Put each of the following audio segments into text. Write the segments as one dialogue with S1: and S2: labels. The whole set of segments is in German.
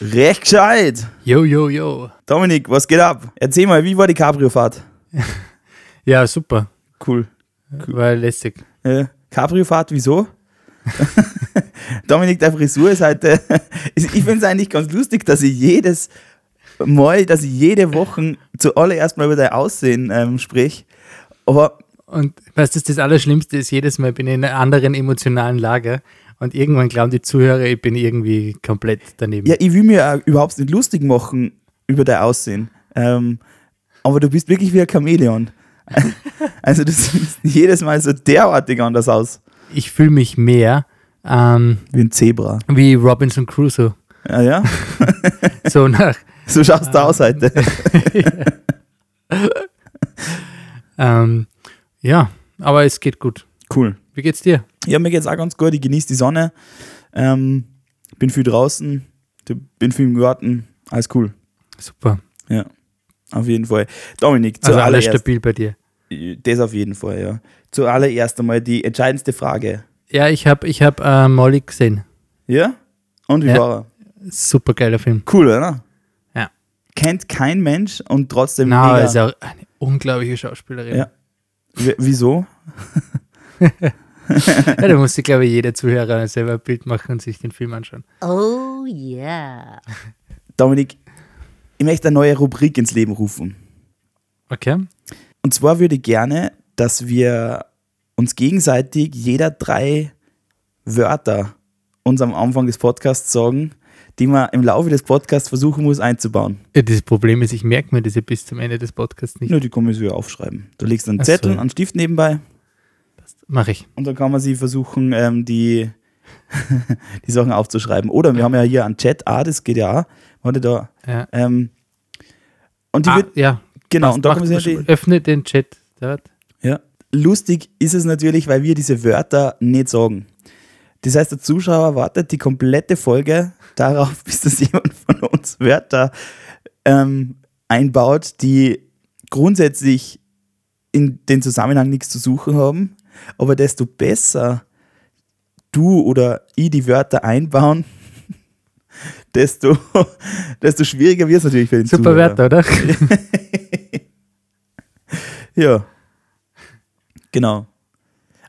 S1: Recht gescheit.
S2: Yo, yo, yo.
S1: Dominik, was geht ab? Erzähl mal, wie war die Cabrio-Fahrt?
S2: Ja, super.
S1: Cool.
S2: War lästig.
S1: Äh, Cabrio-Fahrt, wieso? Dominik, der Frisur ist halt. Äh, ich finde es eigentlich ganz lustig, dass ich jedes Mal, dass ich jede Woche zuallererst mal über dein Aussehen ähm, sprich. Aber
S2: Und weißt du, das Allerschlimmste ist, jedes Mal bin ich in einer anderen emotionalen Lage und irgendwann glauben die Zuhörer, ich bin irgendwie komplett daneben.
S1: ja, ich will mir auch überhaupt nicht lustig machen über dein Aussehen. Ähm, aber du bist wirklich wie ein Chamäleon. Also du siehst jedes Mal so derartig anders aus.
S2: Ich fühle mich mehr ähm,
S1: Wie ein Zebra.
S2: wie Robinson Crusoe.
S1: Ja, ja.
S2: So nach.
S1: So schaust du aus heute.
S2: Ähm, ja, aber es geht gut.
S1: Cool.
S2: Wie geht's dir?
S1: Ja, mir geht's auch ganz gut. Ich genieße die Sonne. Ähm, bin viel draußen. Bin viel im Garten. Alles cool.
S2: Super.
S1: Auf jeden Fall. Dominik,
S2: Also alles
S1: zuallererst.
S2: stabil bei dir.
S1: das auf jeden Fall, ja. Zuallererst einmal die entscheidendste Frage.
S2: Ja, ich habe ich hab, äh, Molly gesehen.
S1: Ja? Und wie
S2: Ja.
S1: war er?
S2: Super geiler Film.
S1: Cool, oder?
S2: Ja.
S1: Kennt kein Mensch und trotzdem.
S2: Na,
S1: mega.
S2: ist auch eine unglaubliche Schauspielerin.
S1: Ja. W- Wieso?
S2: Ja, da musste, glaube ich, jeder Zuhörer selber ein Bild machen und sich den Film anschauen.
S3: Oh, yeah.
S1: Dominik, ich möchte eine neue Rubrik ins Leben rufen.
S2: Okay.
S1: Und zwar würde ich gerne, dass wir uns gegenseitig jeder drei Wörter uns am Anfang des Podcasts sagen, die man im Laufe des Podcasts versuchen muss einzubauen.
S2: Ja, das Problem ist, ich merke mir das ja bis zum Ende des Podcasts nicht.
S1: Nur die Kommission aufschreiben. Du legst einen
S2: Ach
S1: Zettel,
S2: so.
S1: einen Stift nebenbei
S2: Mache ich.
S1: und dann kann man sie versuchen, ähm, die, die Sachen aufzuschreiben. Oder wir haben ja hier einen Chat, ah, das geht ja auch. Warte da.
S2: Ja.
S1: Ähm, und die
S2: Ah,
S1: wird,
S2: ja.
S1: genau,
S2: passt,
S1: und da
S2: macht
S1: kann man
S2: man
S1: sich
S2: schon. Öffne den Chat. Dort.
S1: Ja. Lustig ist es natürlich, weil wir diese Wörter nicht sagen. Das heißt, der Zuschauer wartet die komplette Folge darauf, bis das jemand von uns Wörter ähm, einbaut, die grundsätzlich in den Zusammenhang nichts zu suchen haben. Aber desto besser du oder ich die Wörter einbauen, desto, desto schwieriger wird es natürlich für den
S2: Super
S1: Zuhörer.
S2: Wert, oder?
S1: Ja. Genau.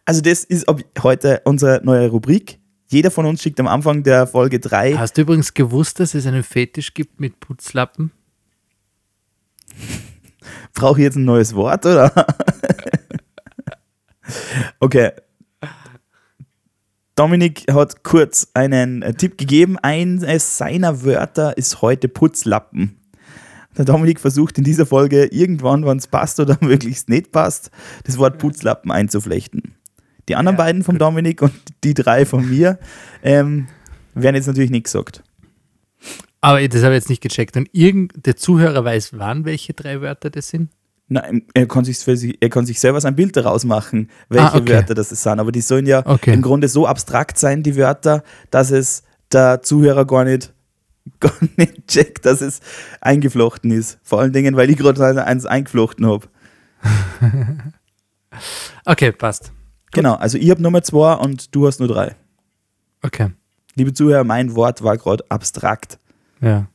S1: Also das ist ob heute unsere neue Rubrik. Jeder von uns schickt am Anfang der Folge 3.
S2: Hast du übrigens gewusst, dass es einen Fetisch gibt mit Putzlappen?
S1: Brauche ich jetzt ein neues Wort, oder? okay. Dominik hat kurz einen äh, Tipp gegeben. Eines seiner Wörter ist heute Putzlappen. Der Dominik versucht in dieser Folge irgendwann, wann es passt oder möglichst nicht passt, das Wort Putzlappen einzuflechten. Die anderen
S2: Ja,
S1: beiden vom Dominik und die drei von mir ähm, werden jetzt natürlich nicht gesagt.
S2: Aber das habe ich jetzt nicht gecheckt. Und irgend, der Zuhörer weiß, wann welche drei Wörter das sind?
S1: Nein, ähm, er kann sich, für sich, er kann sich selber sein Bild daraus machen, welche
S2: Ah, okay.
S1: Wörter das sind. Aber die sollen ja
S2: Okay.
S1: im Grunde so abstrakt sein, die Wörter, dass es der Zuhörer gar nicht, gar nicht checkt, dass es eingeflochten ist. Vor allen Dingen, weil ich gerade eins eingeflochten habe.
S2: Okay, passt.
S1: Genau, also ich habe Nummer zwei und du hast nur drei.
S2: Okay.
S1: Liebe Zuhörer, mein Wort war gerade abstrakt.
S2: Ja.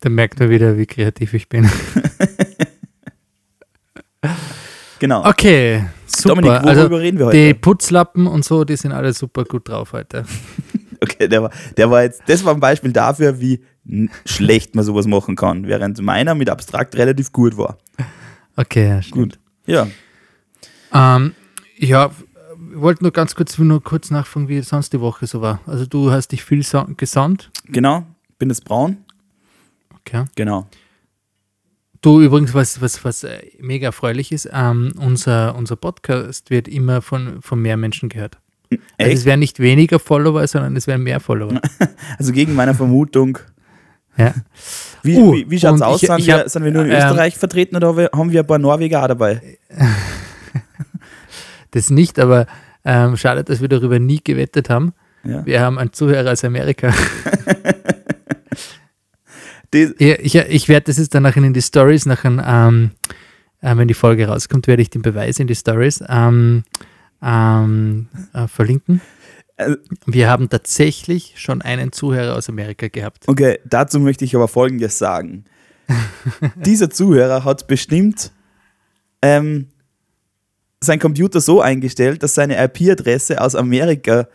S2: da merkt man wieder, wie kreativ ich bin.
S1: Genau.
S2: Okay, super.
S1: Dominik, worüber
S2: also,
S1: reden wir
S2: Die
S1: heute?
S2: Putzlappen und so, die sind alle super gut drauf heute.
S1: Okay, der war, der war jetzt, das war ein Beispiel dafür, wie n- schlecht man sowas machen kann, während meiner mit abstrakt relativ gut war.
S2: Okay, ja, stimmt.
S1: Gut. Ja.
S2: Ähm, ja, ich wollte nur ganz kurz, nur kurz nachfragen, wie sonst die Woche so war. Also du hast dich viel sa- gesandt.
S1: Genau, bin jetzt braun.
S2: Okay.
S1: Genau.
S2: Du übrigens, was, was, was äh, mega erfreulich ist, ähm, unser, unser Podcast wird immer von, von mehr Menschen gehört. Also
S1: Echt?
S2: es werden nicht weniger Follower, sondern es werden mehr Follower.
S1: Also gegen meine Vermutung.
S2: ja.
S1: Wie,
S2: Uh,
S1: wie, wie schaut's
S2: und
S1: aus?
S2: ich-
S1: sind,
S2: ich
S1: wir,
S2: hab-
S1: sind wir nur in
S2: ähm,
S1: Österreich vertreten oder haben wir- haben wir ein paar Norweger auch dabei?
S2: Das nicht, aber ähm, schade, dass wir darüber nie gewettet haben.
S1: Ja.
S2: Wir haben einen Zuhörer aus Amerika.
S1: Die,
S2: Ja, ich, ich werde das jetzt dann nachher in die Stories, nachher, ähm, äh, wenn die Folge rauskommt, werde ich den Beweis in die Stories ähm, ähm, äh, verlinken.
S1: Äh,
S2: Wir haben tatsächlich schon einen Zuhörer aus Amerika gehabt.
S1: Okay, dazu möchte ich aber Folgendes sagen. Dieser Zuhörer hat bestimmt ähm, sein Computer so eingestellt, dass seine IP-Adresse aus Amerika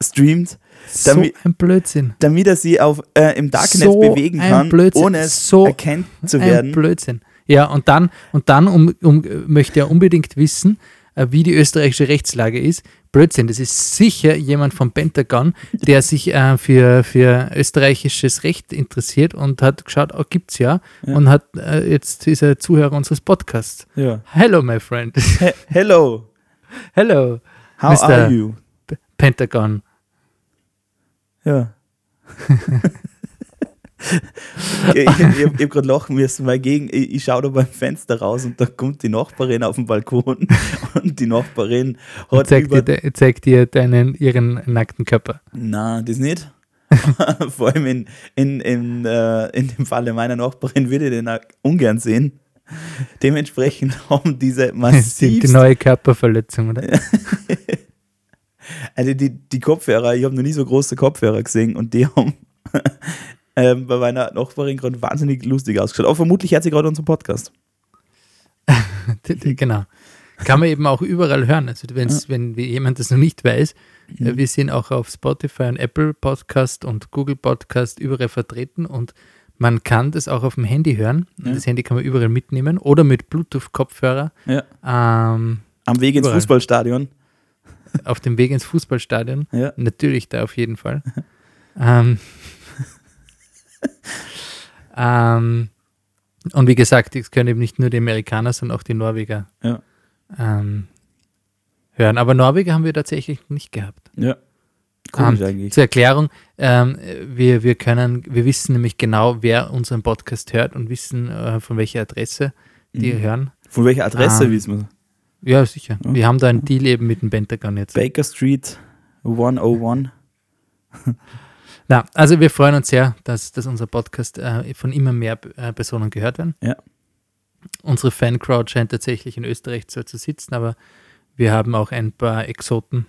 S1: streamt,
S2: So
S1: damit,
S2: ein Blödsinn.
S1: damit er sie auf, äh, im Darknet
S2: So
S1: bewegen
S2: ein
S1: kann,
S2: Blödsinn.
S1: ohne es
S2: So
S1: erkannt zu
S2: Ein
S1: werden.
S2: Blödsinn. Ja, und dann, und dann um, um, äh, möchte er unbedingt wissen, äh, wie die österreichische Rechtslage ist. Blödsinn, das ist sicher jemand vom Pentagon, der sich äh, für, für österreichisches Recht interessiert und hat geschaut, oh, gibt's ja, und hat äh, jetzt ist er Zuhörer unseres Podcasts.
S1: Ja.
S2: Hello, my friend.
S1: He hello,
S2: Hello,
S1: how
S2: Mister-
S1: are you?
S2: Pentagon.
S1: Ja. okay, ich ich, hab- ich habe gerade lachen müssen, weil gegen, ich, ich schaue da beim Fenster raus und da kommt die Nachbarin auf den Balkon und die Nachbarin
S2: Und
S1: hat
S2: zeigt dir,
S1: über...
S2: de- zeigt dir deinen, ihren nackten Körper.
S1: Nein, das nicht. Vor allem in, in, in, äh, in dem Falle meiner Nachbarin würde ich den auch ungern sehen. Dementsprechend haben diese
S2: Die, die
S1: massiv...
S2: neue Körperverletzung, oder?
S1: Also die, die Kopfhörer, ich habe noch nie so große Kopfhörer gesehen und die haben... ähm, Bei meiner Nachbarin gerade wahnsinnig lustig ausgeschaut. Aber vermutlich hört sie gerade unseren Podcast.
S2: D- d- genau. Kann man eben auch überall hören. Also wenn's, wenn wie jemand das noch nicht weiß, äh, wir sind auch auf Spotify und Apple Podcast und Google Podcast überall vertreten und man kann das auch auf dem Handy hören. Und Das Handy kann man überall mitnehmen oder mit Bluetooth-Kopfhörer
S1: Ja.
S2: ähm,
S1: Am Weg ins
S2: Überall.
S1: Fußballstadion.
S2: auf dem Weg ins Fußballstadion.
S1: Ja.
S2: Natürlich da auf jeden Fall. ähm, ähm, und wie gesagt, es können eben nicht nur die Amerikaner, sondern auch die Norweger
S1: Ja.
S2: ähm, hören. Aber Norweger haben wir tatsächlich nicht gehabt.
S1: Ja. Komisch
S2: Ähm,
S1: eigentlich.
S2: Zur Erklärung, ähm, wir, wir können, wir wissen nämlich genau, wer unseren Podcast hört und wissen, äh, von welcher Adresse die hören.
S1: Von welcher Adresse
S2: ähm,
S1: wissen wir?
S2: Mhm. Ja, sicher. Wir haben da einen Deal eben mit dem Pentagon jetzt.
S1: Baker Street 101.
S2: Na, also wir freuen uns sehr, dass, dass unser Podcast äh, von immer mehr äh, Personen gehört werden.
S1: Ja.
S2: Unsere Fancrowd scheint tatsächlich in Österreich zwar zu sitzen, aber wir haben auch ein paar Exoten.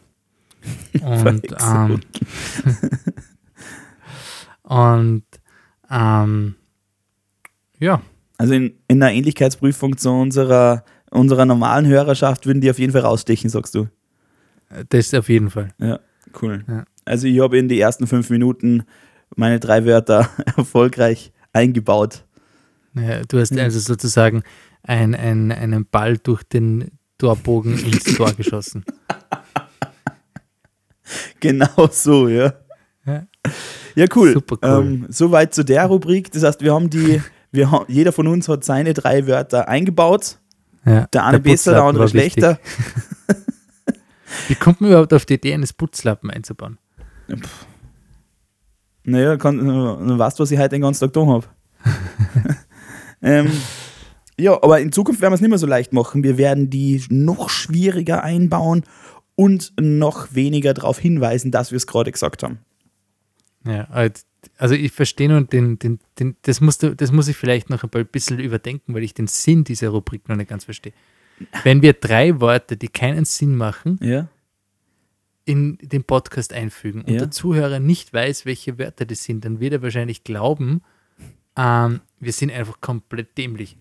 S2: Und, ähm, und ähm, ja,
S1: Also in, in einer Ähnlichkeitsprüfung zu unserer, unserer normalen Hörerschaft würden die auf jeden Fall rausstechen, sagst du.
S2: das auf jeden Fall.
S1: Ja, cool.
S2: Ja.
S1: Also ich habe in die ersten fünf Minuten meine drei Wörter erfolgreich eingebaut.
S2: Ja, du
S1: Mhm.
S2: hast also sozusagen ein, ein, einen Ball durch den Torbogen ins Tor geschossen.
S1: Genau so, ja.
S2: Ja.
S1: Ja, cool.
S2: Super cool.
S1: Ähm, soweit zu der Rubrik. Das heißt, wir haben die, wir haben, jeder von uns hat seine drei Wörter eingebaut.
S2: Ja,
S1: Der eine besser, der
S2: Putzlappen
S1: andere
S2: war wichtig.
S1: schlechter.
S2: Wie kommt man überhaupt auf die Idee, eines Putzlappen einzubauen?
S1: Naja, kann, äh, weißt du, was ich heute den ganzen Tag da habe. ähm, ja, aber in Zukunft werden wir es nicht mehr so leicht machen. Wir werden die noch schwieriger einbauen und noch weniger darauf hinweisen, dass wir es gerade gesagt haben.
S2: Ja, halt, also ich verstehe nur den, den, den das, musst du, das muss ich vielleicht noch ein bisschen überdenken, weil ich den Sinn dieser Rubrik noch nicht ganz verstehe. Wenn wir drei Worte, die keinen Sinn machen,
S1: Ja?
S2: in den Podcast einfügen und
S1: Ja.
S2: der Zuhörer nicht weiß, welche Wörter das sind, dann wird er wahrscheinlich glauben, ähm, wir sind einfach komplett dämlich.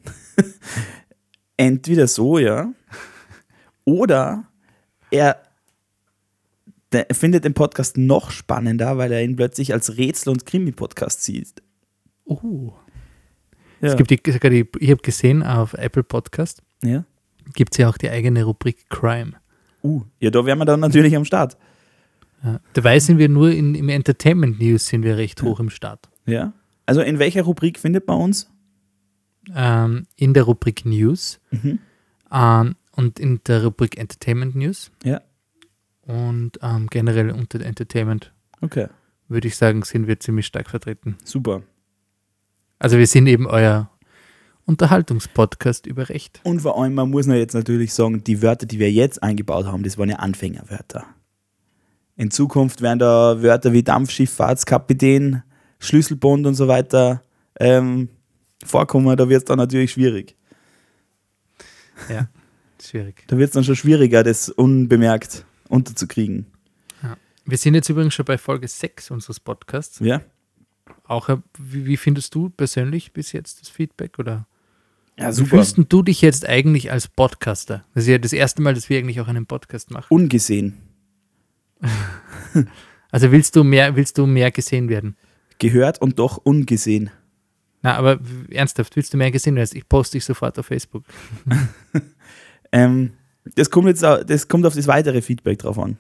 S1: Entweder so, ja. Oder er der findet den Podcast noch spannender, weil er ihn plötzlich als Rätsel- und Krimi-Podcast sieht.
S2: Oh.
S1: Ja.
S2: Es gibt die, sogar die, ich habe gesehen, auf Apple Podcast
S1: ja.
S2: gibt es ja auch die eigene Rubrik Crime.
S1: Uh, ja, da wären wir dann natürlich am Start.
S2: Ja. Dabei sind wir nur in, im Entertainment News sind wir recht hoch im Start.
S1: Ja. Also in welcher Rubrik findet man uns?
S2: Ähm, in der Rubrik News
S1: Mhm.
S2: ähm, und in der Rubrik Entertainment News
S1: Ja.
S2: und ähm, generell unter Entertainment
S1: Okay,
S2: würde ich sagen, sind wir ziemlich stark vertreten.
S1: super.
S2: Also wir sind eben euer Unterhaltungspodcast über Recht.
S1: Und vor allem, man muss noch jetzt natürlich sagen, die Wörter, die wir jetzt eingebaut haben, das waren ja Anfängerwörter. In Zukunft werden da Wörter wie Dampfschifffahrtskapitän, Schlüsselbund und so weiter ähm, vorkommen. Da wird es dann natürlich schwierig.
S2: Ja, schwierig.
S1: Da wird es dann schon schwieriger, das unbemerkt unterzukriegen.
S2: Wir sind jetzt übrigens schon bei Folge 6 unseres Podcasts.
S1: Ja.
S2: Auch, äh, wie, wie findest du persönlich bis jetzt das Feedback? Oder
S1: Ja,
S2: wie fühlst denn du dich jetzt eigentlich als Podcaster? Das ist ja das erste Mal, dass wir eigentlich auch einen Podcast machen.
S1: Ungesehen.
S2: Also willst du mehr, willst du mehr gesehen werden?
S1: Gehört und doch ungesehen.
S2: Na, aber w- ernsthaft, willst du mehr gesehen werden? Ich poste dich sofort auf Facebook.
S1: Ähm, das kommt jetzt, au- das kommt auf das weitere Feedback drauf an.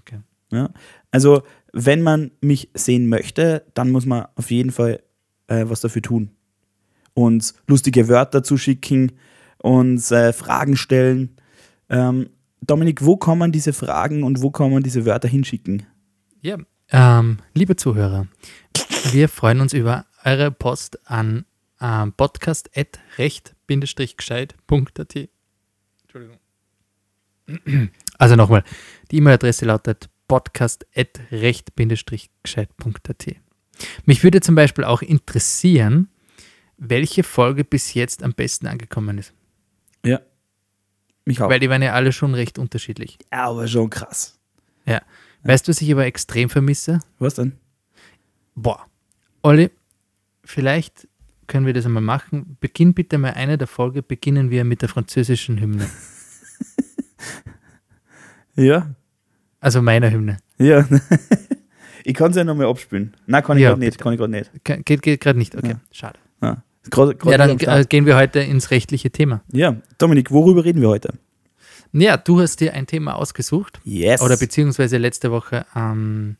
S2: Okay.
S1: Ja? Also, wenn man mich sehen möchte, dann muss man auf jeden Fall äh, was dafür tun. Uns lustige Wörter zuschicken, uns äh, Fragen stellen. Ähm, Dominik, wo kann man diese Fragen und wo kann man diese Wörter hinschicken?
S2: Ja. Ähm, liebe Zuhörer, wir freuen uns über eure Post an ähm, podcast.recht-gescheit.at. Entschuldigung. Also nochmal, die E-Mail-Adresse lautet podcast.recht-gescheit.at. Mich würde zum Beispiel auch interessieren, welche Folge bis jetzt am besten angekommen ist.
S1: Ja. Mich auch.
S2: Weil die waren ja alle schon recht unterschiedlich.
S1: Aber schon krass.
S2: Ja. Weißt du, was ich aber extrem vermisse?
S1: Was denn?
S2: Boah. Olli, vielleicht können wir das einmal machen. Beginn bitte mal eine der Folge, beginnen wir mit der französischen Hymne.
S1: Ja.
S2: Also meiner Hymne.
S1: Ja. ich kann es ja nochmal abspielen. Nein, kann ich
S2: Ja,
S1: gerade nicht. Kann ich gerade nicht.
S2: Ke- Geht, geht gerade nicht, okay.
S1: Ja.
S2: Schade.
S1: Ja. Ist grad- grad
S2: Ja, dann
S1: nicht am
S2: äh, gehen wir heute ins rechtliche Thema.
S1: Start. ja, Dominik, worüber reden wir heute?
S2: Ja, du hast dir ein Thema ausgesucht
S1: Yes.
S2: oder beziehungsweise letzte Woche ähm,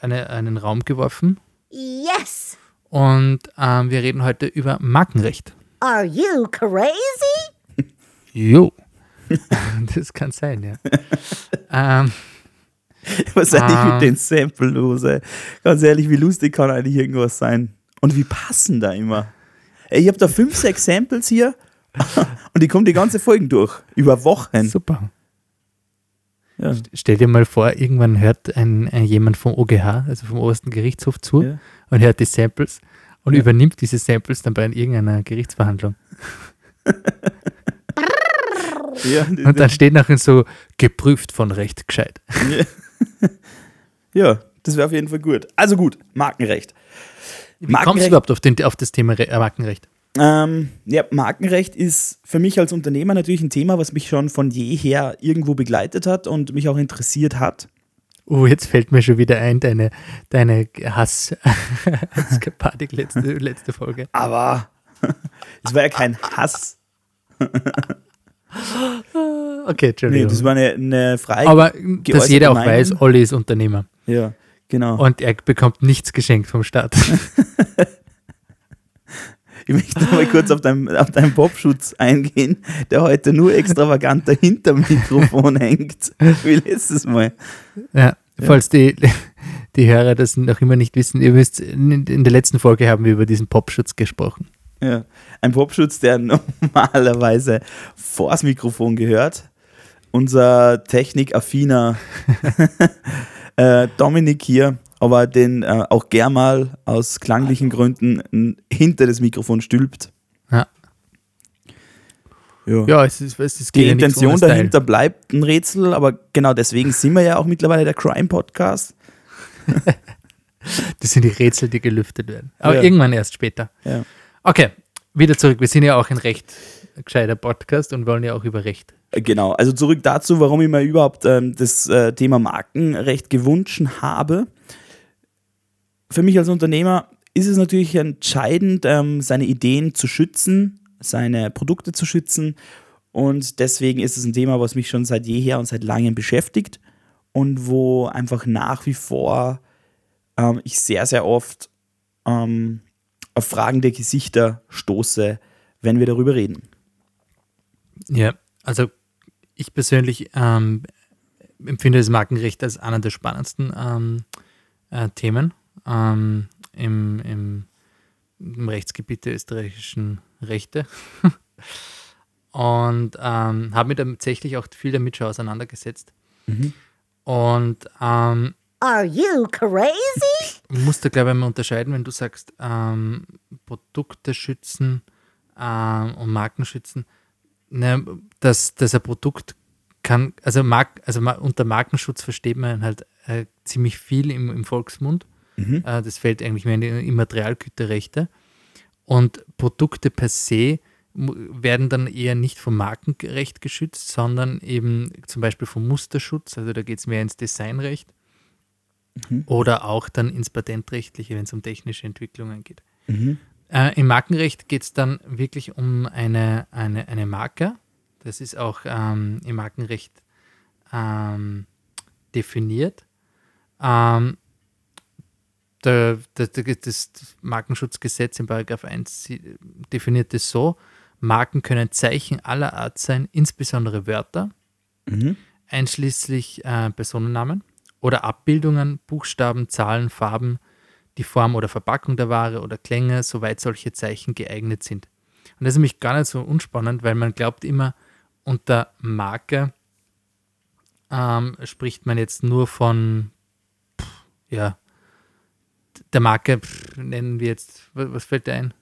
S2: eine, einen Raum geworfen
S3: Yes!
S2: und ähm, wir reden heute über Markenrecht.
S3: Are you crazy?
S2: Jo. das kann sein, ja. ähm,
S1: Was eigentlich
S2: Ah.
S1: mit den Sample los, ey? Ganz ehrlich, wie lustig kann eigentlich irgendwas sein? Und wie passen da immer? Ey, ich habe da fünf, sechs Samples hier und ich komme die ganze Folgen durch. Über Wochen.
S2: super.
S1: Ja.
S2: Stell dir mal vor, irgendwann hört ein, ein jemand vom OGH, also vom obersten Gerichtshof zu
S1: Ja.
S2: und hört die Samples und übernimmt diese Samples dann bei irgendeiner Gerichtsverhandlung.
S1: Ja,
S2: Und dann steht nachher so geprüft von Recht gescheit.
S1: ja, das wäre auf jeden Fall gut. Also gut, Markenrecht.
S2: Wie kommst du überhaupt auf, den, auf das Thema Re äh, Markenrecht?
S1: Ähm, ja, Markenrecht ist für mich als Unternehmer natürlich ein Thema, was mich schon von jeher irgendwo begleitet hat und mich auch interessiert hat.
S2: Oh, jetzt fällt mir schon wieder ein, deine, deine hass Hassgepadik letzte, letzte Folge.
S1: Aber es war ja kein Hass.
S2: Okay,
S1: Nee,
S2: Entschuldigung.
S1: das war eine, eine Frage.
S2: Aber dass
S1: geäußerte
S2: jeder auch
S1: Meinung.
S2: weiß, Olli ist Unternehmer
S1: ja, genau.
S2: und er bekommt nichts geschenkt vom Staat.
S1: Ich möchte noch mal kurz auf deinen, auf deinen Popschutz eingehen, der heute nur extravagant dahinter dem Mikrofon hängt. Wie letztes Mal.
S2: Ja, falls die, die Hörer das noch immer nicht wissen, ihr wisst, in in der letzten Folge haben wir über diesen Popschutz gesprochen.
S1: Ja. Ein Popschutz, der normalerweise vors Mikrofon gehört. Unser technikaffiner äh, Dominik hier, aber den äh, auch gern mal aus klanglichen Gründen n- hinter das Mikrofon stülpt.
S2: Ja,
S1: Ja.
S2: ja es ist, es ist
S1: Die
S2: geht ja nichts
S1: Intention
S2: ohne Style.
S1: dahinter bleibt ein Rätsel, aber genau deswegen sind wir ja auch mittlerweile der Crime-Podcast.
S2: Das sind die Rätsel, die gelüftet werden. Aber
S1: Ja.
S2: irgendwann erst später.
S1: Ja.
S2: Okay, wieder zurück. Wir sind ja auch ein recht gescheiter Podcast und wollen ja auch über Recht.
S1: Genau, also zurück dazu, warum ich mir überhaupt ähm, das äh, Thema Markenrecht gewünschen habe. Für mich als Unternehmer ist es natürlich entscheidend, ähm, seine Ideen zu schützen, seine Produkte zu schützen. Und deswegen ist es ein Thema, was mich schon seit jeher und seit langem beschäftigt und wo einfach nach wie vor ähm, ich sehr, sehr oft ähm, auf fragende Gesichter stoße, wenn wir darüber reden.
S2: Ja, also ich persönlich ähm, empfinde das Markenrecht als einer der spannendsten ähm, äh, Themen ähm, im, im, im Rechtsgebiet der österreichischen Rechte. Und ähm, habe mich tatsächlich auch viel damit schon auseinandergesetzt. Und ähm,
S3: Are you crazy?
S2: musst du, glaube ich, mal unterscheiden, wenn du sagst, ähm, Produkte schützen ähm, und Marken schützen, ne, dass, dass ein Produkt ka- kann, also, Mark, also ma- unter Markenschutz versteht man halt äh, ziemlich viel im, im Volksmund. Äh, das fällt eigentlich mehr in die Immaterialgüterrechte. Und Produkte per se mu- werden dann eher nicht vom Markenrecht geschützt, sondern eben zum Beispiel vom Musterschutz. Also da geht es mehr ins Designrecht oder auch dann ins Patentrechtliche, wenn es um technische Entwicklungen geht. Äh, Im Markenrecht geht es dann wirklich um eine, eine, eine Marke. Das ist auch ähm, im Markenrecht ähm, definiert. Ähm, der, der, der, das Markenschutzgesetz in Paragraph 1 sie- definiert es so: Marken können Zeichen aller Art sein, insbesondere Wörter, einschließlich äh, Personennamen oder Abbildungen, Buchstaben, Zahlen, Farben, die Form oder Verpackung der Ware oder Klänge, soweit solche Zeichen geeignet sind. Und das ist nämlich gar nicht so unspannend, weil man glaubt immer, unter Marke ähm, spricht man jetzt nur von, pff, ja, der Marke, pff, nennen wir jetzt, wa- was fällt dir ein?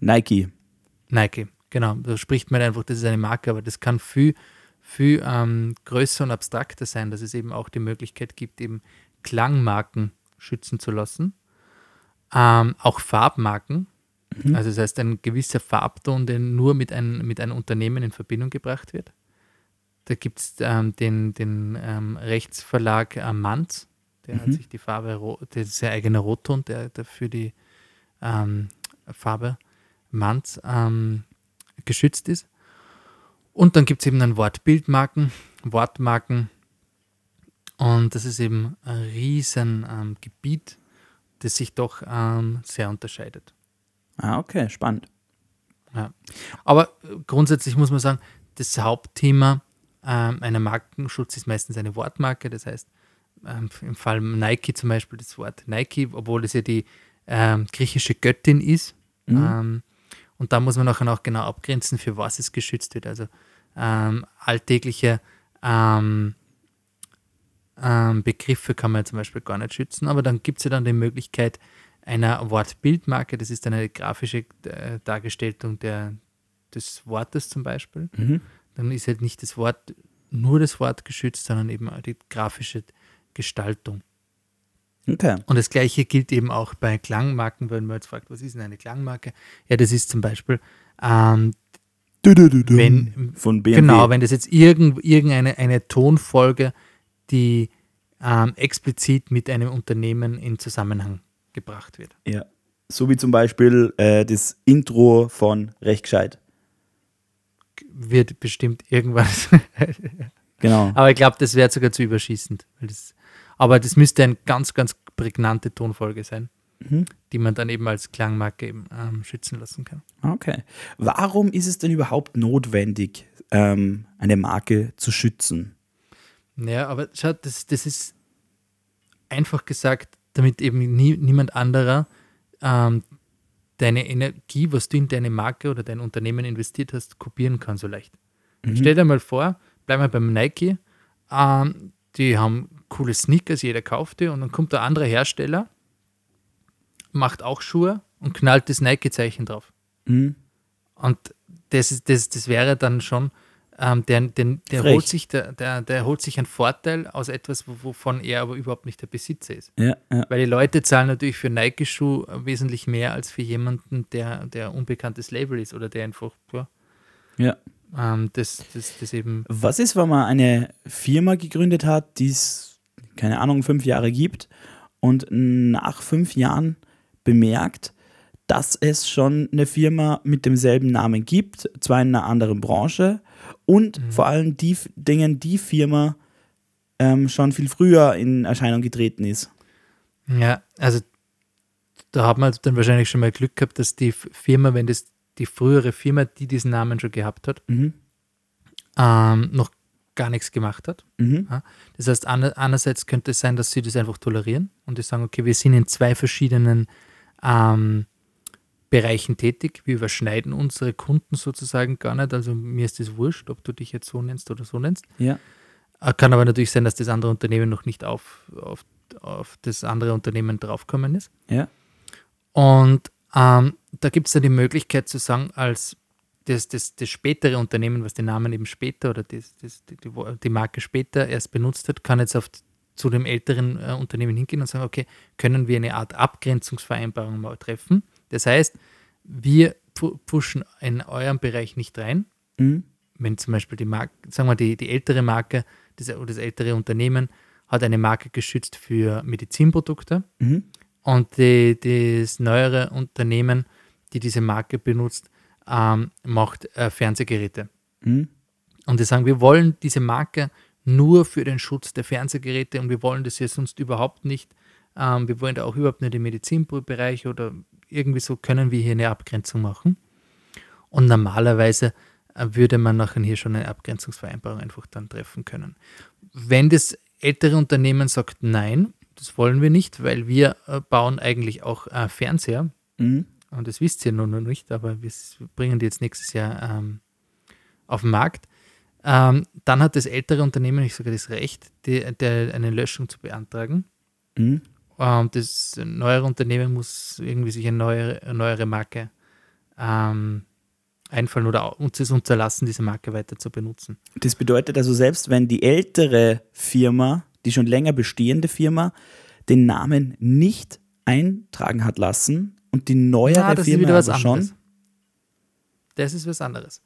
S1: Nike.
S2: Nike, genau. Da spricht man einfach, das ist eine Marke, aber das kann viel, viel ähm, größer und abstrakter sein, dass es eben auch die Möglichkeit gibt, eben Klangmarken schützen zu lassen. Ähm, auch Farbmarken. Also das heißt, ein gewisser Farbton, der nur mit, ein, mit einem Unternehmen in Verbindung gebracht wird. Da gibt es ähm, den, den ähm, Rechtsverlag äh, Manz, der hat sich die Farbe, ro- das ist der eigene Rotton, der, der für die ähm, Farbe Manz ähm, geschützt ist. Und dann gibt es eben dann Wortbildmarken, Wortmarken. Und das ist eben ein riesen ähm, Gebiet, das sich doch ähm, sehr unterscheidet.
S1: Ah, okay, spannend.
S2: Ja. Aber äh, grundsätzlich muss man sagen, das Hauptthema ähm, einer Markenschutz ist meistens eine Wortmarke. Das heißt, ähm, im Fall Nike zum Beispiel das Wort Nike, obwohl es ja die ähm, griechische Göttin ist. Ähm, und da muss man nachher auch genau abgrenzen, für was es geschützt wird. Also ähm, alltägliche ähm, ähm, Begriffe kann man ja zum Beispiel gar nicht schützen, aber dann gibt es ja dann die Möglichkeit einer Wortbildmarke, das ist dann eine grafische äh, Dargestellung der, des Wortes zum Beispiel. Dann ist halt nicht das Wort, nur das Wort geschützt, sondern eben auch die grafische Gestaltung.
S1: Okay.
S2: Und das gleiche gilt eben auch bei Klangmarken, wenn man jetzt fragt, was ist denn eine Klangmarke? Ja, das ist zum Beispiel ähm, wenn,
S1: Von BMW.
S2: Genau, wenn das jetzt irgend, irgendeine eine Tonfolge, die ähm, explizit mit einem Unternehmen in Zusammenhang gebracht wird.
S1: Ja. So wie zum Beispiel äh, das Intro von Recht gescheit.
S2: Wird bestimmt irgendwas.
S1: Genau.
S2: aber ich glaube, das wäre sogar zu überschießend. Weil das, aber das müsste eine ganz, ganz prägnante Tonfolge sein, die man dann eben als Klangmarke eben, ähm, schützen lassen kann.
S1: Okay. Warum ist es denn überhaupt notwendig, ähm, eine Marke zu schützen?
S2: Ja, aber schaut, das, das ist einfach gesagt, damit eben nie, niemand anderer ähm, deine Energie, was du in deine Marke oder dein Unternehmen investiert hast, kopieren kann so leicht. Stell dir mal vor, bleiben wir beim Nike, ähm, die haben coole Sneakers, jeder kauft die und dann kommt der andere Hersteller, macht auch Schuhe und knallt das Nike-Zeichen drauf. Und das, ist, das, das wäre dann schon, ähm, der, der, der,
S1: Frech.
S2: holt sich, der, der, der holt sich einen Vorteil aus etwas, wo- wovon er aber überhaupt nicht der Besitzer ist.
S1: Ja, ja.
S2: Weil die Leute zahlen natürlich für Nike-Schuh wesentlich mehr als für jemanden, der, der unbekanntes Label ist oder der einfach, ja,
S1: ja.
S2: ähm, das, das, das eben
S1: Was ist, wenn man eine Firma gegründet hat, die es, keine Ahnung, fünf Jahre gibt und nach fünf Jahren bemerkt, dass es schon eine Firma mit demselben Namen gibt, zwar in einer anderen Branche und vor allem die F- Dingen, die Firma ähm, schon viel früher in Erscheinung getreten ist.
S2: Ja, also da hat man dann wahrscheinlich schon mal Glück gehabt, dass die F- Firma, wenn das die frühere Firma, die diesen Namen schon gehabt hat,
S1: Mhm.
S2: ähm, noch gar nichts gemacht hat.
S1: Mhm.
S2: Ja, Das heißt, ander- einerseits könnte es sein, dass sie das einfach tolerieren und die sagen, okay, wir sind in zwei verschiedenen ähm, Bereichen tätig, wir überschneiden unsere Kunden sozusagen gar nicht, also mir ist es wurscht, ob du dich jetzt so nennst oder so nennst.
S1: Ja.
S2: Äh, Kann aber natürlich sein, dass das andere Unternehmen noch nicht auf, auf, auf das andere Unternehmen draufgekommen ist.
S1: Ja.
S2: Und ähm, da gibt es dann die Möglichkeit zu sagen, als das, das, das spätere Unternehmen, was den Namen eben später oder das, das, die, die Wo- die Marke später erst benutzt hat, kann jetzt auf, zu dem älteren äh, Unternehmen hingehen und sagen, okay, können wir eine Art Abgrenzungsvereinbarung mal treffen? Das heißt, wir pu- pushen in eurem Bereich nicht rein,
S1: Mhm.
S2: wenn zum Beispiel die Marke, sagen wir die, die ältere Marke das, oder das ältere Unternehmen hat eine Marke geschützt für Medizinprodukte
S1: Mhm.
S2: und die, das neuere Unternehmen, die diese Marke benutzt, ähm, macht äh, Fernsehgeräte.
S1: Mhm.
S2: Und die sagen, wir wollen diese Marke nur für den Schutz der Fernsehgeräte und wir wollen das ja sonst überhaupt nicht. Ähm, wir wollen da auch überhaupt nicht im Medizinbereich oder irgendwie so können wir hier eine Abgrenzung machen. Und normalerweise äh, würde man nachher hier schon eine Abgrenzungsvereinbarung einfach dann treffen können. Wenn das ältere Unternehmen sagt, nein, das wollen wir nicht, weil wir äh, bauen eigentlich auch äh, Fernseher
S1: Mhm.
S2: und das wisst ihr noch nicht, aber wir s- bringen die jetzt nächstes Jahr ähm, auf den Markt. Ähm, dann hat das ältere Unternehmen, ich sage das Recht, die, der, eine Löschung zu beantragen.
S1: Mhm.
S2: Ähm, das neuere Unternehmen muss irgendwie sich eine neuere, eine neuere Marke ähm, einfallen oder au- uns es unterlassen, diese Marke weiter zu benutzen.
S1: Das bedeutet also, selbst wenn die ältere Firma, die schon länger bestehende Firma, den Namen nicht eintragen hat lassen und die neuere
S2: Ah, das ist
S1: Firma
S2: wieder was
S1: aber
S2: anderes.
S1: schon.
S2: Das ist was anderes.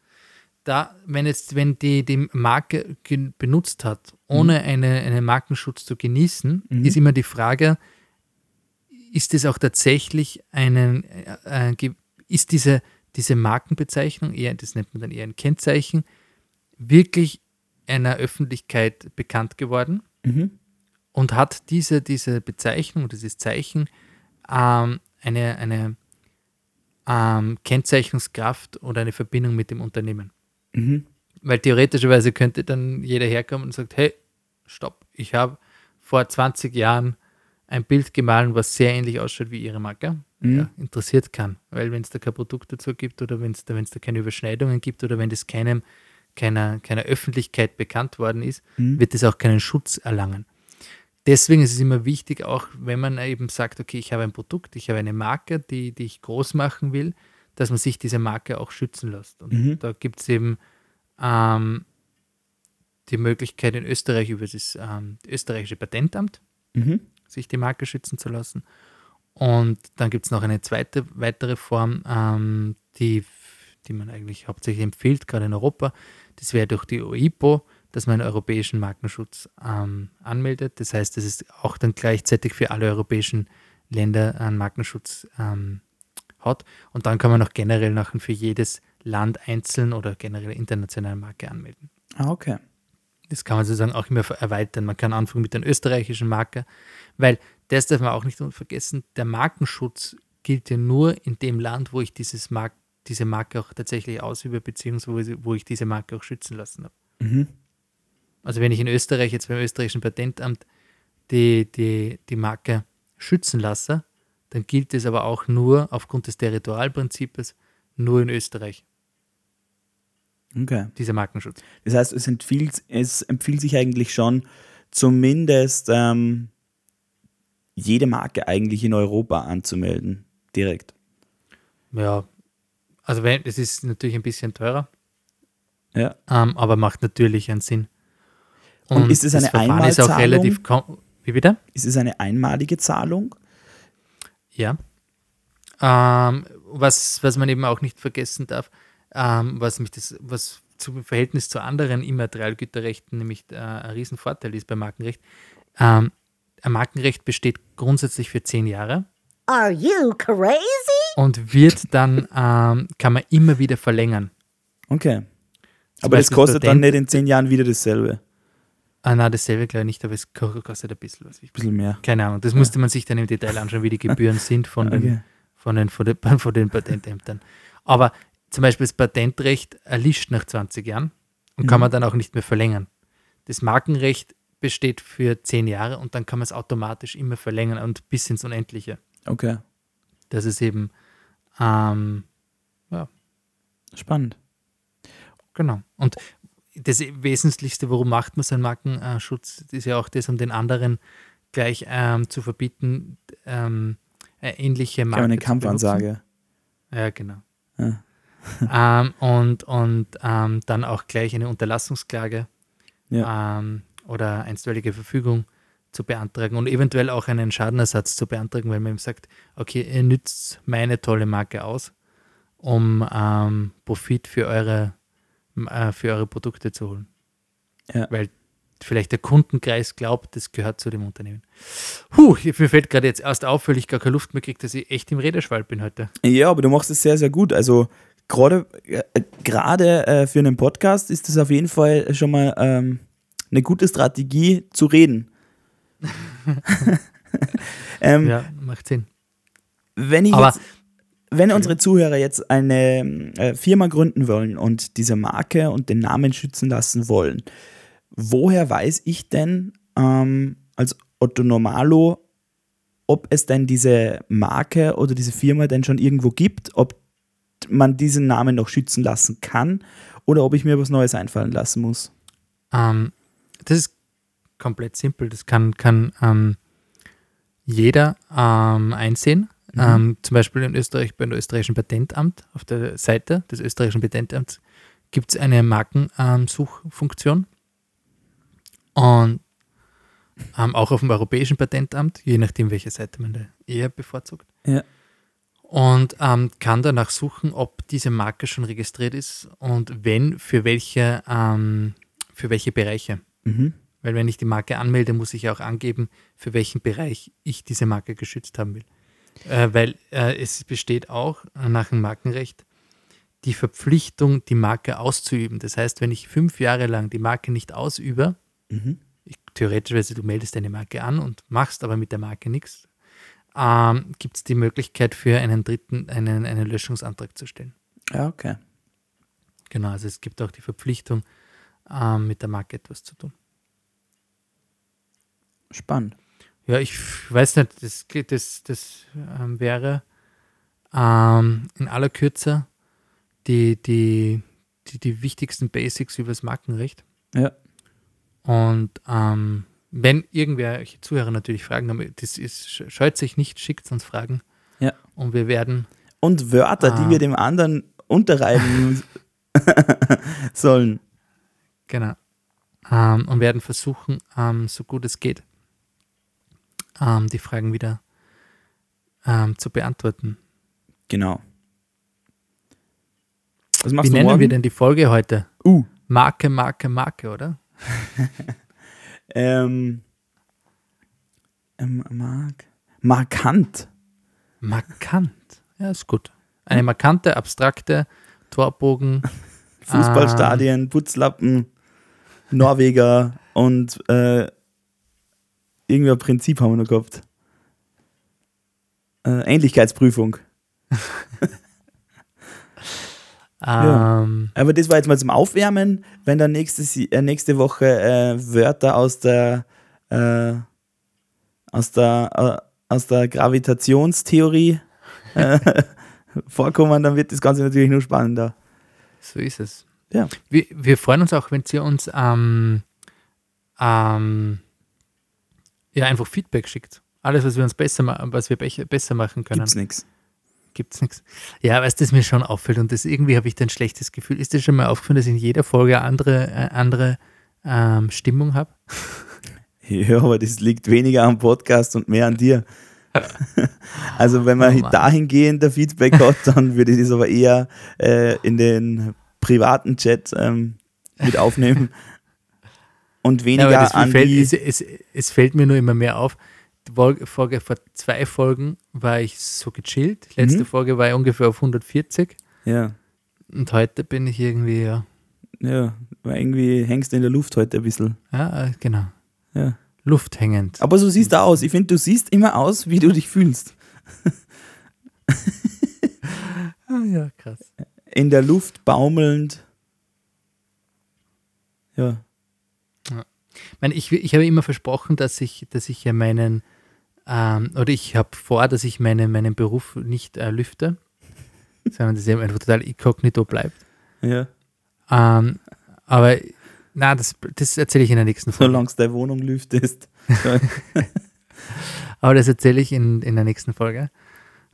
S2: Da, wenn jetzt, wenn die, die Marke gen- benutzt hat,
S1: Mhm.
S2: ohne eine, einen Markenschutz zu genießen, ist immer die Frage, ist es auch tatsächlich einen, äh, äh, ge- ist diese, diese Markenbezeichnung, eher, das nennt man dann eher ein Kennzeichen, wirklich einer Öffentlichkeit bekannt geworden?
S1: Mhm.
S2: und hat diese, diese Bezeichnung, dieses Zeichen, ähm, eine, eine ähm, Kennzeichnungskraft oder eine Verbindung mit dem Unternehmen.
S1: Mhm.
S2: Weil theoretischerweise könnte dann jeder herkommen und sagt, hey, stopp, ich habe vor 20 Jahren ein Bild gemahlen, was sehr ähnlich ausschaut wie Ihre Marke,
S1: Mhm.
S2: ja, interessiert kann. Weil wenn es da kein Produkt dazu gibt oder wenn es da, wenn's da keine Überschneidungen gibt oder wenn das keinem, keiner, keiner Öffentlichkeit bekannt worden ist,
S1: Mhm.
S2: wird es auch keinen Schutz erlangen. Deswegen ist es immer wichtig, auch wenn man eben sagt, okay, ich habe ein Produkt, ich habe eine Marke, die, die ich groß machen will, dass man sich diese Marke auch schützen lässt. Und
S1: Mhm.
S2: da gibt es eben ähm, die Möglichkeit in Österreich über das ähm, österreichische Patentamt
S1: Mhm.
S2: sich die Marke schützen zu lassen. Und dann gibt es noch eine zweite, weitere Form, ähm, die, f- die man eigentlich hauptsächlich empfiehlt, gerade in Europa. Das wäre durch die OIPO, dass man einen europäischen Markenschutz ähm, anmeldet. Das heißt, das ist auch dann gleichzeitig für alle europäischen Länder einen Markenschutz ähm, hat. Und dann kann man auch generell nachher für jedes Land einzeln oder generell internationale Marke anmelden
S1: Ah, okay.
S2: das kann man sozusagen auch immer ver- erweitern. Man kann anfangen mit der österreichischen Marke, weil das darf man auch nicht vergessen. Der Markenschutz gilt ja nur in dem Land, wo ich dieses Mark diese Marke auch tatsächlich ausübe, beziehungsweise wo ich diese Marke auch schützen lassen habe.
S1: Mhm.
S2: Also wenn ich in Österreich jetzt beim österreichischen Patentamt die, die, die Marke schützen lasse, dann gilt es aber auch nur aufgrund des Territorialprinzips nur in Österreich,
S1: Okay.
S2: dieser Markenschutz.
S1: Das heißt, es empfiehlt, es empfiehlt sich eigentlich schon, zumindest ähm, jede Marke eigentlich in Europa anzumelden. Direkt.
S2: Ja, also wenn, es ist natürlich ein bisschen teurer,
S1: Ja.
S2: Ähm, aber macht natürlich einen Sinn.
S1: Und ist es eine
S2: Verfahren ist auch
S1: Einmalzahlung?
S2: relativ kom- Wie bitte?
S1: Ist es eine einmalige Zahlung?
S2: Ja. Ähm, was, was man eben auch nicht vergessen darf, ähm, was mich das, was zum Verhältnis zu anderen immaterialgüterrechten nämlich äh, ein Riesenvorteil ist beim Markenrecht. Ähm, ein Markenrecht besteht grundsätzlich für zehn Jahre
S3: Are you crazy?
S2: und wird dann, ähm, kann man immer wieder verlängern.
S1: Okay. Aber das
S2: Beispiel
S1: kostet dann
S2: Patent-
S1: nicht in zehn Jahren wieder dasselbe.
S2: Ah, na, dasselbe glaube ich nicht, aber es ko- kostet ein bisschen was. Ich
S1: bisschen mehr.
S2: Keine Ahnung, das musste man sich dann im Detail anschauen, wie die Gebühren sind von den,
S1: Okay.
S2: von den, von den, von den Patentämtern. Aber zum Beispiel das Patentrecht erlischt nach 20 Jahren und kann man dann auch nicht mehr verlängern. Das Markenrecht besteht für 10 Jahre und dann kann man es automatisch immer verlängern und bis ins Unendliche.
S1: Okay.
S2: Das ist eben, ähm,
S1: Spannend.
S2: genau. Und das Wesentlichste, warum macht man so einen Markenschutz, ist ja auch das, um den anderen gleich ähm, zu verbieten, ähm, eine ähnliche
S1: Ich habe
S2: Marke
S1: eine
S2: zu benutzen.
S1: Kampfansage.
S2: Ja, genau.
S1: Ja.
S2: ähm, und und ähm, dann auch gleich eine Unterlassungsklage ähm, oder einstweilige Verfügung zu beantragen und eventuell auch einen Schadenersatz zu beantragen, weil man eben sagt, okay, ihr nützt meine tolle Marke aus, um ähm, Profit für eure, äh, für eure Produkte zu holen.
S1: Ja.
S2: Weil vielleicht der Kundenkreis glaubt, das gehört zu dem Unternehmen. Puh, mir fällt gerade jetzt erst auf, weil ich gar keine Luft mehr kriege, dass ich echt im Rederschwall bin heute.
S1: Ja, aber du machst es sehr, sehr gut. Also gerade äh, gerade äh, für einen Podcast ist es auf jeden Fall schon mal ähm, eine gute Strategie zu reden. ähm,
S2: Ja, macht Sinn.
S1: Wenn ich
S2: Aber-
S1: jetzt, wenn unsere Zuhörer jetzt eine äh, Firma gründen wollen und diese Marke und den Namen schützen lassen wollen, woher weiß ich denn ähm, als Otto Normalo, ob es denn diese Marke oder diese Firma denn schon irgendwo gibt, ob man diesen Namen noch schützen lassen kann oder ob ich mir was Neues einfallen lassen muss?
S2: Ähm, das ist komplett simpel. Das kann, kann ähm, jeder ähm, einsehen. Ähm, zum Beispiel in Österreich beim österreichischen Patentamt auf der Seite des österreichischen Patentamts gibt es eine Markensuchfunktion. Und ähm, auch auf dem Europäischen Patentamt, je nachdem, welche Seite man da eher bevorzugt.
S1: Ja.
S2: Und ähm, kann danach suchen, ob diese Marke schon registriert ist und wenn, für welche, ähm, für welche Bereiche.
S1: Mhm.
S2: Weil wenn ich die Marke anmelde, muss ich ja auch angeben, für welchen Bereich ich diese Marke geschützt haben will. Äh, weil äh, es besteht auch äh, nach dem Markenrecht die Verpflichtung, die Marke auszuüben. Das heißt, wenn ich fünf Jahre lang die Marke nicht ausübe,
S1: Mhm.
S2: ich, theoretischerweise du meldest deine Marke an und machst aber mit der Marke nichts, ähm, gibt es die Möglichkeit für einen Dritten einen, einen Löschungsantrag zu stellen.
S1: Ja, okay.
S2: Genau, also es gibt auch die Verpflichtung, ähm, mit der Marke etwas zu tun.
S1: Spannend.
S2: Ja, ich f- weiß nicht, das, geht- das, das ähm, wäre ähm, in aller Kürze die, die, die, die wichtigsten Basics über das Markenrecht.
S1: Ja.
S2: Und ähm, wenn irgendwelche Zuhörer natürlich Fragen haben, das ist, sch- scheut sich nicht, schickt uns Fragen.
S1: Ja.
S2: Und wir werden,
S1: Und Wörter,
S2: Ah.
S1: die wir dem anderen unterreiben sollen.
S2: genau, ähm, und werden versuchen, ähm, so gut es geht, ähm, die Fragen wieder ähm, zu beantworten.
S1: Genau. Was machst
S2: Wie
S1: du
S2: nennen
S1: morgen?
S2: wir denn die Folge heute?
S1: Uh,
S2: Marke, Marke, Marke, oder?
S1: ähm, ähm, mark, markant.
S2: Markant. Ja, ist gut. Eine markante, abstrakte Torbogen. Ah.
S1: Fußballstadien, Putzlappen, Norweger und äh, irgendein Prinzip haben wir noch gehabt. Äh, Ähnlichkeitsprüfung. Ja.
S2: Ähm,
S1: Aber das war jetzt mal zum Aufwärmen. Wenn dann nächstes, äh, nächste Woche äh, Wörter aus der, äh, aus der, äh, aus der Gravitationstheorie äh, vorkommen, dann wird das Ganze natürlich nur spannender.
S2: So ist es.
S1: Ja.
S2: Wir, wir freuen uns auch, wenn ihr uns ähm, ähm, ja, einfach Feedback schickt. Alles, was wir uns besser, ma- was wir bech- besser machen können,
S1: Gibt's nichts.
S2: gibt's nichts. Ja, weißt du, das mir schon auffällt und das irgendwie habe ich dann ein schlechtes Gefühl. Ist dir schon mal aufgefallen, dass ich in jeder Folge eine andere, äh, andere ähm, Stimmung habe?
S1: Ja, aber das liegt weniger am Podcast und mehr an dir. also wenn man
S2: Oh Mann.
S1: dahingehend Feedback hat, dann würde ich das aber eher äh, in den privaten Chat ähm, mit aufnehmen. Und weniger
S2: ja, aber das
S1: an
S2: fällt,
S1: die...
S2: es, es, es fällt mir nur immer mehr auf. Die Folge, Folge vor zwei Folgen war ich so gechillt. Letzte
S1: Mhm.
S2: Folge war ich ungefähr auf 140
S1: Ja.
S2: und heute bin ich irgendwie, ja,
S1: Ja, weil irgendwie hängst du in der Luft heute ein bisschen.
S2: ja äh, genau,
S1: Ja.
S2: lufthängend.
S1: Aber so siehst du aus. Ich finde, du siehst immer aus, wie du dich fühlst.
S2: Ah, ja, krass.
S1: In der Luft baumelnd. Ja.
S2: Ich, meine, ich, ich habe immer versprochen, dass ich, dass ich ja meinen, ähm, oder ich habe vor, dass ich meine, meinen Beruf nicht äh, lüfte, sondern dass er einfach total inkognito bleibt.
S1: Ja.
S2: Ähm, aber na, das, das erzähle ich in der nächsten Folge.
S1: Solange es deine Wohnung lüftest.
S2: Aber das erzähle ich in, in der nächsten Folge.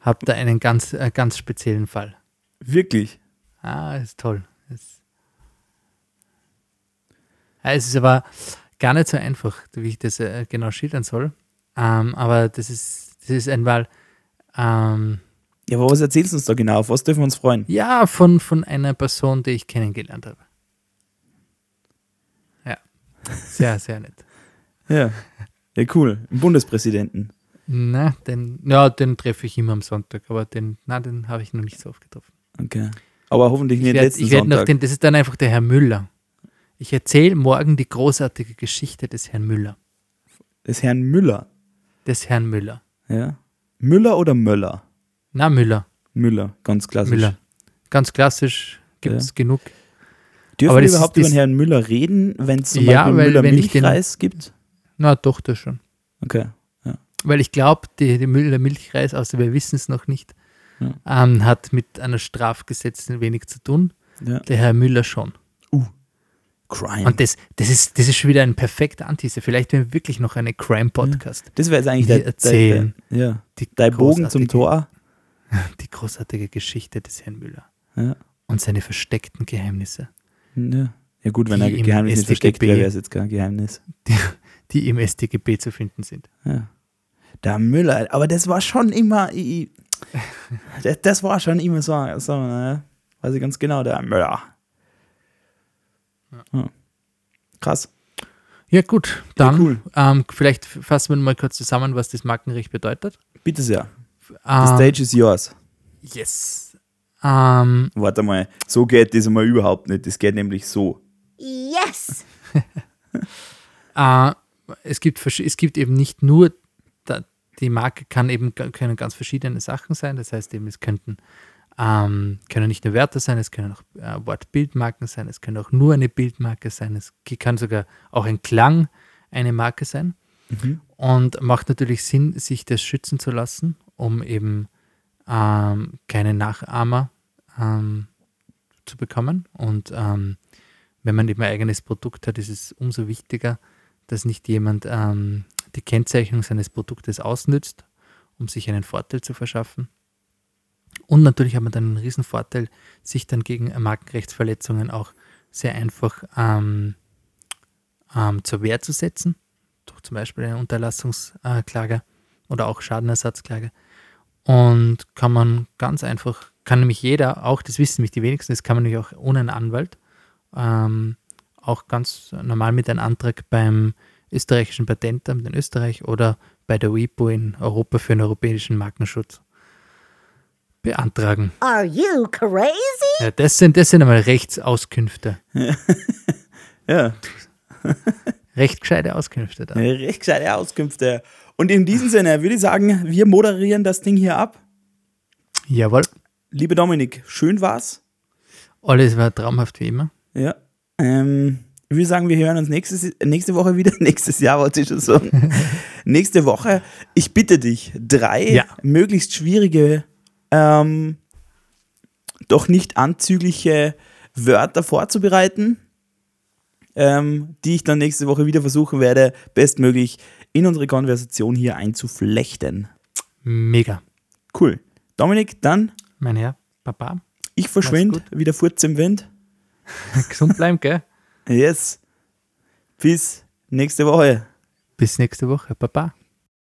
S2: Hab da einen ganz, äh, ganz speziellen Fall.
S1: Wirklich.
S2: Ah, ist toll. Ist Ah, es ist aber gar nicht so einfach, wie ich das äh, genau schildern soll. Ähm, aber das ist, das ist einmal ähm,
S1: Ja, aber was erzählst du uns da genau? Auf was dürfen wir uns freuen?
S2: ja, von, von einer Person, die ich kennengelernt habe. Ja, sehr, sehr nett.
S1: Ja. Ja, cool. Ein Bundespräsidenten.
S2: Na, den, ja, den treffe ich immer am Sonntag, aber den, na, den habe ich noch nicht so oft getroffen.
S1: Okay. Aber hoffentlich
S2: Ich
S1: nicht
S2: werd,
S1: letzten
S2: ich werd noch
S1: Sonntag.
S2: den, das ist dann einfach der Herr Müller. Ich erzähle morgen die großartige Geschichte des Herrn Müller.
S1: des Herrn Müller.
S2: Des Herrn Müller.
S1: Ja. Müller oder Möller?
S2: Na, Müller.
S1: Müller, ganz klassisch.
S2: Müller. Ganz klassisch, gibt es genug.
S1: Dürfen
S2: Aber
S1: wir
S2: das
S1: überhaupt
S2: ist-
S1: über den Herrn Müller reden, wenn es zum
S2: Ja,
S1: Beispiel
S2: weil
S1: Müller
S2: wenn ich den-
S1: Milchreis gibt?
S2: Na, doch, das schon.
S1: Okay.
S2: Weil ich glaube, die, die Müller Milchreis, außer wir wissen es noch nicht,
S1: Ja.
S2: ähm, hat mit einer Strafgesetzen wenig zu tun.
S1: Ja.
S2: Der Herr Müller schon.
S1: Crime.
S2: Und das, das, ist, das ist schon wieder ein perfekter Antise. Vielleicht wäre wirklich noch eine Crime-Podcast.
S1: das wäre jetzt eigentlich
S2: Wir
S1: der, der, der,
S2: erzählen.
S1: ja,
S2: Die
S1: der Bogen zum
S2: großartige-
S1: Tor.
S2: Die großartige Geschichte des Herrn Müller
S1: Ja.
S2: und seine versteckten Geheimnisse,
S1: Ja. ja, gut, wenn
S2: Die
S1: er
S2: im
S1: Geheimnis nicht versteckt
S2: StGB.
S1: wäre, wäre es jetzt kein Geheimnis.
S2: die im StGB zu finden sind.
S1: Ja. Der Müller, aber das war schon immer, ich, ich- das, das war schon immer so, so ne? weiß ich ganz genau, der Müller. Ja. Krass.
S2: Ja, gut, dann
S1: cool.
S2: ähm, vielleicht fassen wir mal kurz zusammen, was das Markenrecht bedeutet.
S1: Bitte sehr. The
S2: Ähm,
S1: stage is yours.
S2: Yes. Ähm,
S1: Warte mal, so geht das einmal überhaupt nicht. Das geht nämlich so.
S3: Yes!
S2: äh, es, gibt, versch- es gibt eben nicht nur, da, die Marke kann eben g- können ganz verschiedene Sachen sein. Das heißt eben, es könnten ähm, können nicht nur Wörter sein, es können auch äh, Wortbildmarken sein, es können auch nur eine Bildmarke sein, es ge- kann sogar auch ein Klang eine Marke sein. Und macht natürlich Sinn, sich das schützen zu lassen, um eben ähm, keine Nachahmer ähm, zu bekommen. Und ähm, wenn man eben ein eigenes Produkt hat, ist es umso wichtiger, dass nicht jemand ähm, die Kennzeichnung seines Produktes ausnützt, um sich einen Vorteil zu verschaffen. Und natürlich hat man dann einen riesen Vorteil, sich dann gegen Markenrechtsverletzungen auch sehr einfach ähm, ähm, zur Wehr zu setzen, durch zum Beispiel eine Unterlassungsklage äh, oder auch Schadenersatzklage. Und kann man ganz einfach, kann nämlich jeder, auch das wissen nämlich die wenigsten, das kann man nämlich auch ohne einen Anwalt, ähm, auch ganz normal mit einem Antrag beim österreichischen Patentamt in Österreich oder bei der WIPO in Europa für den europäischen Markenschutz beantragen.
S3: Are you crazy?
S2: Ja, das sind, das sind einmal Rechtsauskünfte.
S1: Ja,
S2: Recht gescheite Auskünfte da.
S1: eine recht gescheite Auskünfte. Und in diesem Sinne würde ich sagen, wir moderieren das Ding hier ab.
S2: Jawohl.
S1: Liebe Dominik, schön war's.
S2: Alles war traumhaft wie immer.
S1: Ja. Ähm, ich würde sagen, wir hören uns nächstes, nächste Woche wieder. Nächstes Jahr wollte ich schon sagen. nächste Woche. Ich bitte dich, drei
S2: Ja.
S1: möglichst schwierige, ähm, doch nicht anzügliche Wörter vorzubereiten, ähm, die ich dann nächste Woche wieder versuchen werde, bestmöglich in unsere Konversation hier einzuflechten.
S2: Mega.
S1: Cool. Dominik, dann,
S2: Mein Herr, Papa,
S1: ich verschwinde, wieder Furz im Wind.
S2: gesund bleiben, gell?
S1: Yes. Bis nächste Woche.
S2: Bis nächste Woche. Papa.